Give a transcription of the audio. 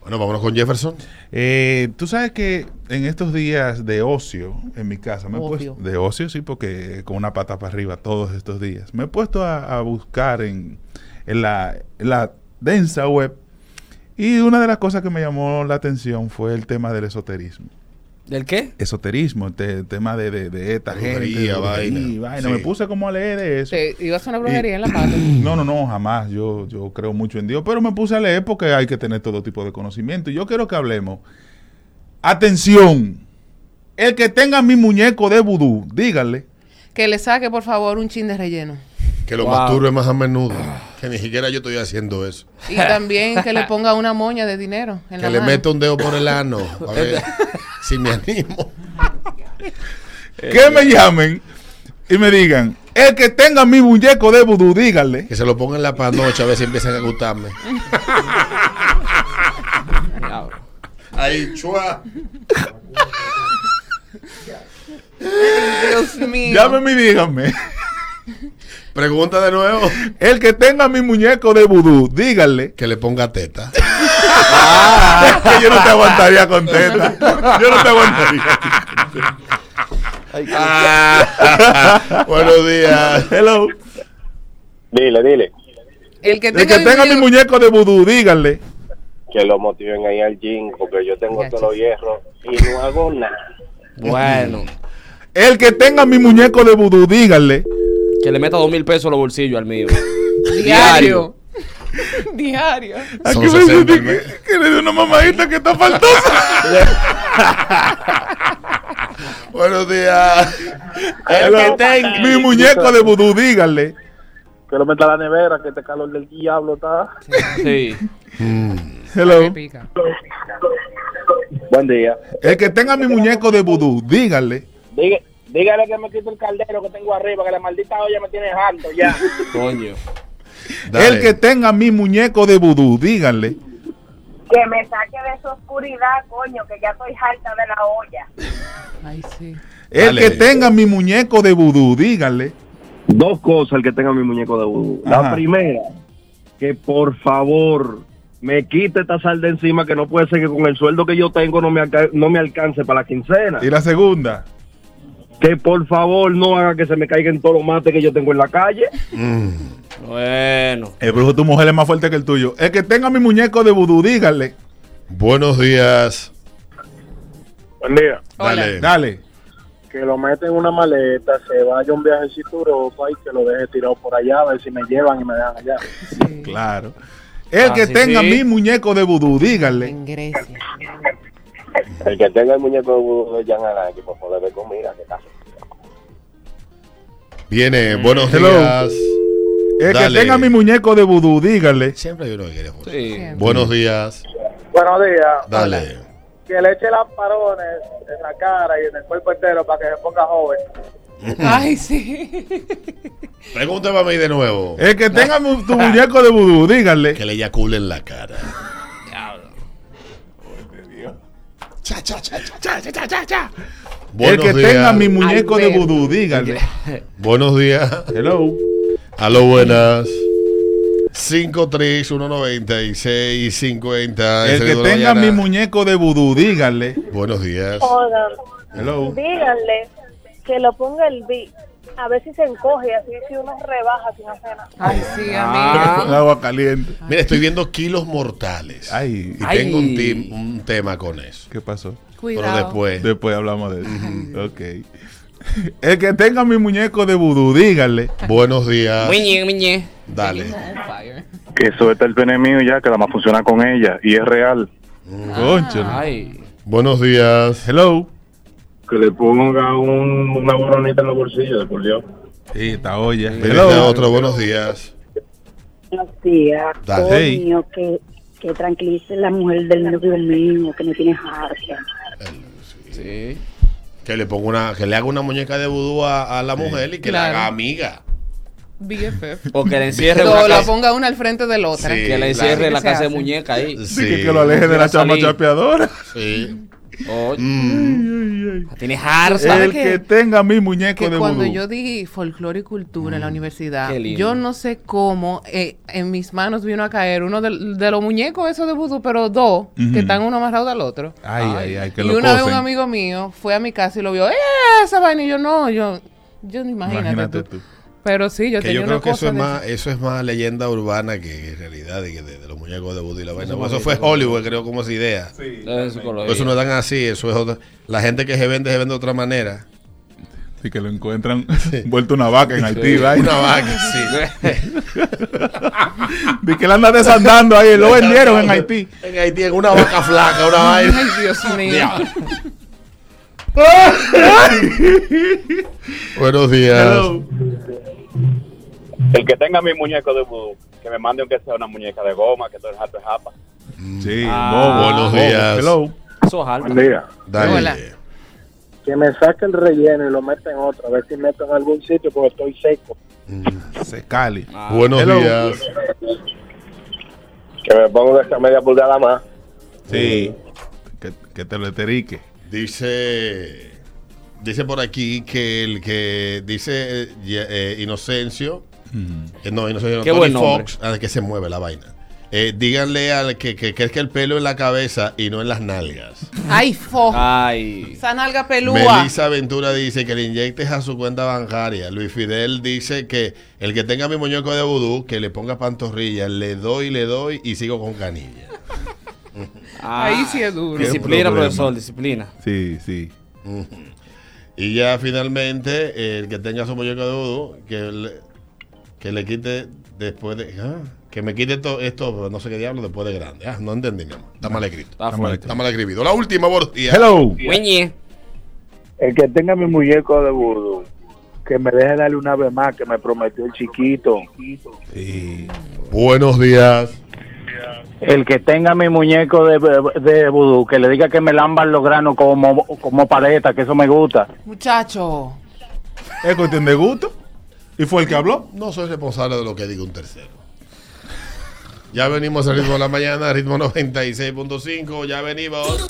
Bueno, vámonos con Jefferson. Eh, Tú sabes que en estos días de ocio en mi casa, me he Ocio. puesto, de ocio sí, porque con una pata para arriba todos estos días, me he puesto a, a buscar en, en la, en la densa web y una de las cosas que me llamó la atención fue el tema del esoterismo. ¿Del qué? Esoterismo, te- el tema de, de, de esta Brujería, gente. de vaina. Sí. Me puse como a leer de eso. Te ibas a una brujería Y- en la pata. No, no, no, jamás. Yo, yo creo mucho en Dios, pero me puse a leer porque hay que tener todo tipo de conocimiento. Y yo quiero que hablemos. Atención. El que tenga mi muñeco de vudú, díganle. Que le saque, por favor, un chin de relleno. Que lo Wow. masturbe más a menudo. Que ni siquiera yo estoy haciendo eso. Y también que le ponga una moña de dinero en Que la le mano. meta un dedo por el ano. A ver si me animo. Que me llamen y me digan. El que tenga mi muñeco de vudú, díganle. Que se lo ponga en la panocha a ver si empiezan a gustarme. Diablo. Ahí, chua. Dios mío. Llámenme y díganme. Pregunta de nuevo. El que tenga mi muñeco de vudú, díganle. Que le ponga teta. Que yo no te aguantaría contenta. Yo no te aguantaría. Buenos días. Hello. Dile, dile, El que El que tenga mi muñeco de vudú, díganle. que lo motiven ahí al gym, porque yo tengo Ya, todos los chis. hierros y no hago nada. Bueno, El que tenga mi muñeco de vudú, díganle. que le meta dos mil pesos a los bolsillos al mío. diario. diario. Aquí Son me 60 al dicen mes. que, que le dio una mamadita que está faltosa. Buenos días. El que tenga mi muñeco de vudú, díganle. Que lo meta a la nevera, que este calor del diablo está. Sí. Hello. Pica. Buen día. El que tenga mi muñeco de vudú, díganle. dígale que me quite el caldero que tengo arriba, que la maldita olla me tiene harto ya. Coño. Dale. El que tenga mi muñeco de vudú, díganle. Que me saque de esa oscuridad, coño, que ya estoy harta de la olla. Ay, sí. El Dale. que tenga mi muñeco de vudú, díganle. Dos cosas el que tenga mi muñeco de vudú. Ajá. La primera, que por favor me quite esta sal de encima, que no puede ser que con el sueldo que yo tengo no me, alca- no me alcance para la quincena. Y la segunda. Que por favor no haga que se me caigan todos los mates que yo tengo en la calle. Bueno. El brujo de tu mujer es más fuerte que el tuyo. El que tenga mi muñeco de vudú, díganle. Buenos días. Buen día. Dale. Dale. que lo meten en una maleta, se vaya un viajecito a Europa y que lo deje tirado por allá, a ver si me llevan y me dejan allá. sí. Claro. El que Así tenga Ah, sí. mi muñeco de vudú, díganle. En Grecia. El que tenga el muñeco de vudú de Jan Alain, que por favor le dé comida, que está. Viene. Buenos Hello. días. El que Dale. tenga mi muñeco de vudú, díganle. Siempre hay uno que quiere joder. Sí. Buenos días. Buenos días. Dale. Que le eche lamparones en la cara y en el cuerpo entero para que se ponga joven. Ay, sí. Pregúntame a mí de nuevo. El que tenga mu- tu muñeco de vudú, díganle. Que le eyacule en la cara. Cha, cha, cha, cha, cha, cha, cha, cha. El Buenos que días. tenga mi muñeco de Alberto. vudú, díganle. Buenos días. Hello. Aló, buenas. 5319650. El que tenga mi muñeco de vudú, díganle. Buenos días. Oigan, Hello. díganle que lo ponga el beat. A ver si se encoge, así si uno rebaja sin hacer nada. Ay, sí, Ah. amigo. Con agua caliente. Mira, estoy viendo kilos mortales. Ay, y Ay. tengo un, tim- un tema con eso. ¿qué pasó? Cuidado. Pero después. Después hablamos de eso. Ok. El que tenga mi muñeco de vudú, díganle. Buenos días. Miñe, miñe. Dale. Que suelta el pene mío ya, que la más funciona con ella y es real. Ah. Concho. Ay. Buenos días. Hello. Que le ponga un, una boronita en los bolsillos, de por Dios. Sí, esta olla. Mira, este Hello. otro, buenos días. Buenos días. Dale. Coño, ah, que, que tranquilice la mujer del novio del niño, que me tiene harta. Sí. Que le ponga una, que le haga una muñeca de vudú a, a la mujer y que Claro. la haga amiga. BFF. O que le encierre No, una la casa, ponga una al frente del otra. Sí. que le la- encierre que la se casa de hace. muñeca ahí. Sí, que, que lo aleje de la Quiero chama salir. chapeadora. Sí. Oh, Mm. la tienes ¿Sabe harta. El qué? que tenga mi muñeco que de cuando vudú. yo di folclore y cultura en la universidad, qué lindo. yo no sé cómo eh, en mis manos vino a caer uno del- de, los muñecos esos de vudú, pero dos, Ujú. que están uno amarrado al otro. Ay, ay, ay, que y lo una vez un cosen. amigo mío fue a mi casa y lo vio, ¡eh, esa vaina! Y yo, no, yo, yo imagínate, Imagínate tú. tú. Pero sí, yo Que tenía yo creo una que cosa eso es, de más, eso es más leyenda urbana que en realidad de, de- de los muñecos de Vudú y la vaina. Eso Eso fue bonito. Hollywood, creo, como esa idea. Ese es su color. Eso no dan así, eso es otra. La gente que se vende, se vende de otra manera. Así que lo encuentran vuelto una vaca en Haití, Sí. ¿verdad? Una vaca, sí. De que la andan desandando ahí, lo vendieron en Haití. En Haití, en una vaca flaca, una Ay, vaina. Dios mío. Diablo. Buenos días. El que tenga mi muñeco de vudú, que me mande aunque sea una muñeca de goma, que todo el jato es japa. Sí, Ah. bobo, Buenos bobo, días. Hello. Eso es harta. Mira, Dale. Hola. que me saque el relleno y lo meta en otro, a ver si meto en algún sitio porque estoy seco. Se cali. Ah, Buenos Hello. días. Que me ponga esa media pulgada más. Sí. Que, que te lo eterique. Dice. Dice por aquí que el que dice eh, ya- eh, Inocencio. eh, no, Inocencio, no, Qué Tony buen nombre. Fox. al que se mueve la vaina. Eh, díganle al que, que crezca el pelo en la cabeza y no en las nalgas. Ay, fo. Ah, Ay. Esa nalga pelúa. Melissa Ventura dice que le inyectes a su cuenta bancaria. Luis Fidel dice que el que tenga mi muñeco de vudú, que le ponga pantorrillas. Le doy, le doy y sigo con canilla. Ah. Ahí sí es duro. Qué Disciplina, problema. profesor, disciplina. Sí, sí. Y ya finalmente, eh, el que tenga su muñeco de vudú, que le, que le quite después de. ah, que me quite to- esto, no sé qué diablo, después de grande. Ah, no entendí, mi amor. Está mal escrito. Está fuerte. Está mal escrito. La última, buenos días. Hello. Muñe. El que tenga mi muñeco de vudú, que me deje darle una vez más, que me prometió el chiquito. Sí. Buenos días. El que tenga mi muñeco de, de vudú, que le diga que me lamban los granos como, como paleta, que eso me gusta. Muchacho. Es cuestión de gusto. Y fue el que habló. No soy responsable de lo que diga un tercero. Ya venimos al ritmo de la mañana, ritmo 96.5. Ya venimos.